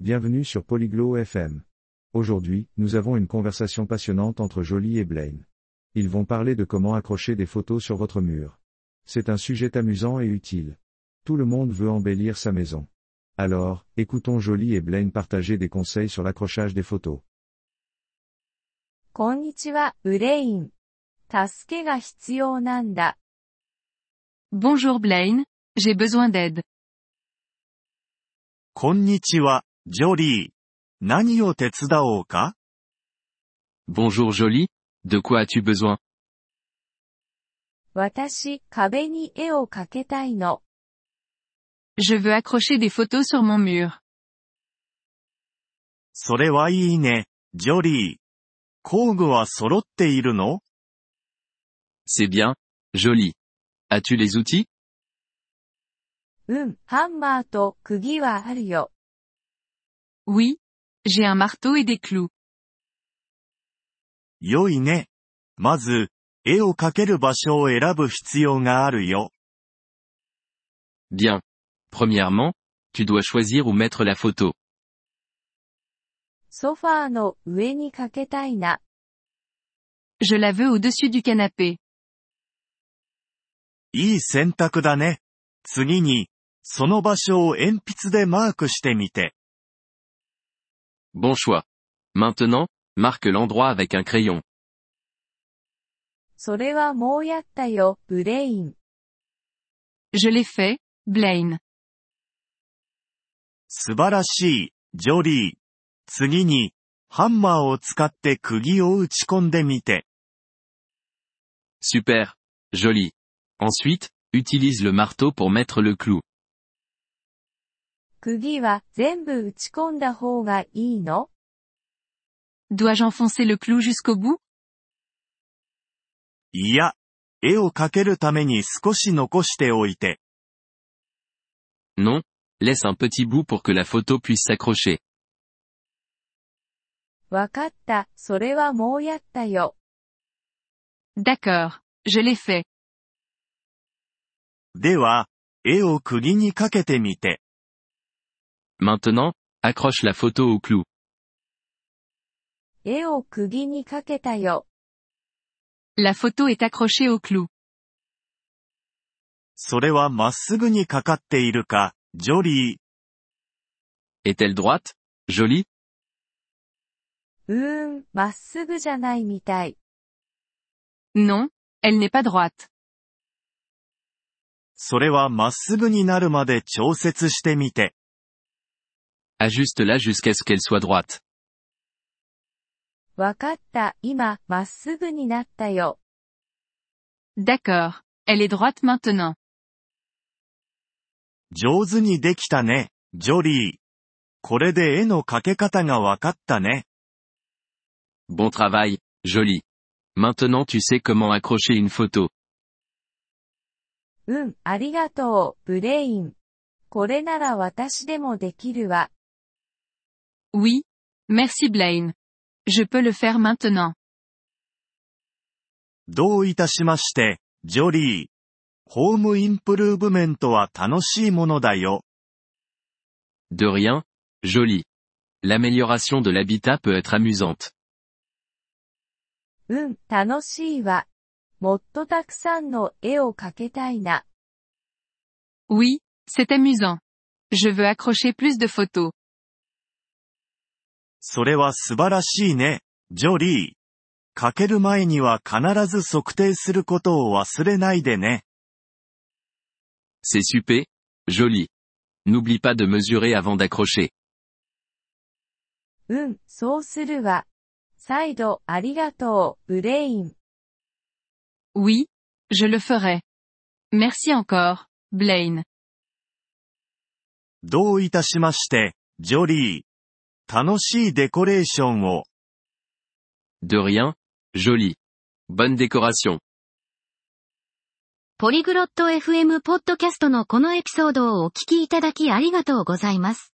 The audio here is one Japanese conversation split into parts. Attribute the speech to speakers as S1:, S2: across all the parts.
S1: Bienvenue sur Polyglot FM. Aujourd'hui, nous avons une conversation passionnante entre Jolie et Blaine. Ils vont parler de comment accrocher des photos sur votre mur. C'est un sujet amusant et utile. Tout le monde veut embellir sa maison. Alors, écoutons Jolie et Blaine partager des conseils sur l'accrochage des photos.
S2: こんにちは、ブレイン。助けが必要なんだ。
S3: Bonjour Blaine, j'ai besoin d'aide.
S4: こんにちは、ジョリー。何を手伝おうか
S5: Bonjour Jolie, de quoi as-tu besoin
S2: 私、壁に絵を描けたいの。
S3: Je veux accrocher des photos sur mon mur.
S4: それはいいね、ジョリー。工具は揃っているの
S5: C'est bien, Jolie. As-tu les outils
S2: うん、ハンマーと釘はあるよ。
S3: Oui, j'ai un marteau et des clous.
S4: 良いね。まず、絵を描ける場所を選ぶ必要があるよ。
S5: Bien. Premièrement, tu dois choisir où mettre la photo.
S2: ソファーの上に描けたいな。
S3: Je la veux au-dessus du canapé.
S4: いい選択だね。次に、その場所を鉛筆でマークしてみて。
S5: Bon choix. Maintenant, marque l'endroit avec un crayon.
S2: それはもうやったよ、ブレイン。
S3: Je l'ai fait, Blaine.
S4: 素晴らしい、ジョリー。次に、ハンマーを使って釘を打ち込んでみて。
S5: Super. Jolie. Ensuite, utilise le marteau pour mettre le clou.
S2: 釘は全部打ち込んだ方がいいの
S3: Dois-je enfoncer le clou jusqu'au bout
S4: いや、絵を描けるために少し残しておいて。
S5: Non, laisse un petit bout pour que la photo puisse s'accrocher.
S2: わかった、それはもうやったよ。
S3: D'accord, je l'ai fait.
S4: では、絵を釘にかけてみて。
S5: Maintenant, accroche la photo au clou.
S2: 絵を釘に描けたよ。
S3: La photo est accrochée au clou.
S4: それはまっすぐにかかっているか、ジョリー。
S5: Est-elle droite Jolie
S2: うーん、まっすぐじゃないみたい。
S3: Non, elle n'est pas droite.
S4: それはまっすぐになるまで調節してみて。
S5: Ajuste-la jusqu'à ce qu'elle soit droite.
S2: わかった、今、まっすぐになったよ。
S3: D'accord, elle est droite maintenant.
S4: 上手にできたね、ジョリー。これで絵の描け方がわかったね。
S5: Bon travail, Jolie. Maintenant tu sais comment accrocher une photo.
S2: うん、ありがとう、ブレイン。これなら私でもできるわ。
S3: Oui, merci Blaine. Je peux le faire maintenant.
S4: どういたしまして、ジョリー。ホームインプルーブメントは楽しいものだよ。
S5: De rien, Jolie. L'amélioration de l'habitat peut être amusante.
S2: うん、楽しいわ。もっとたくさんの絵を描けたいな。
S3: Oui, c'est amusant. Je veux accrocher plus de photos.
S4: それは素晴らしいね、ジョリー。描ける前には必ず測定することを忘れないでね。
S5: C'est super, Jolie. N'oublie pas de mesurer avant d'accrocher.
S2: うん、そうするわ。再度ありがとう、ブレイン。
S3: Oui, je le ferai. Merci encore, Blaine.
S4: どういたしまして、ジョリー。楽しいデコレーションを。
S5: De rien, Jolie. Bonne décoration.
S6: ポリグロット FM ポッドキャストのこのエピソードをお聞きいただきありがとうございます。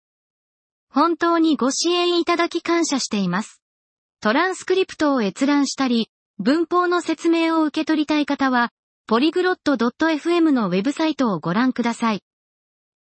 S6: 本当にご支援いただき感謝しています。トランスクリプトを閲覧したり、文法の説明を受け取りたい方は、ポリグロット .fm のウェブサイトをご覧ください。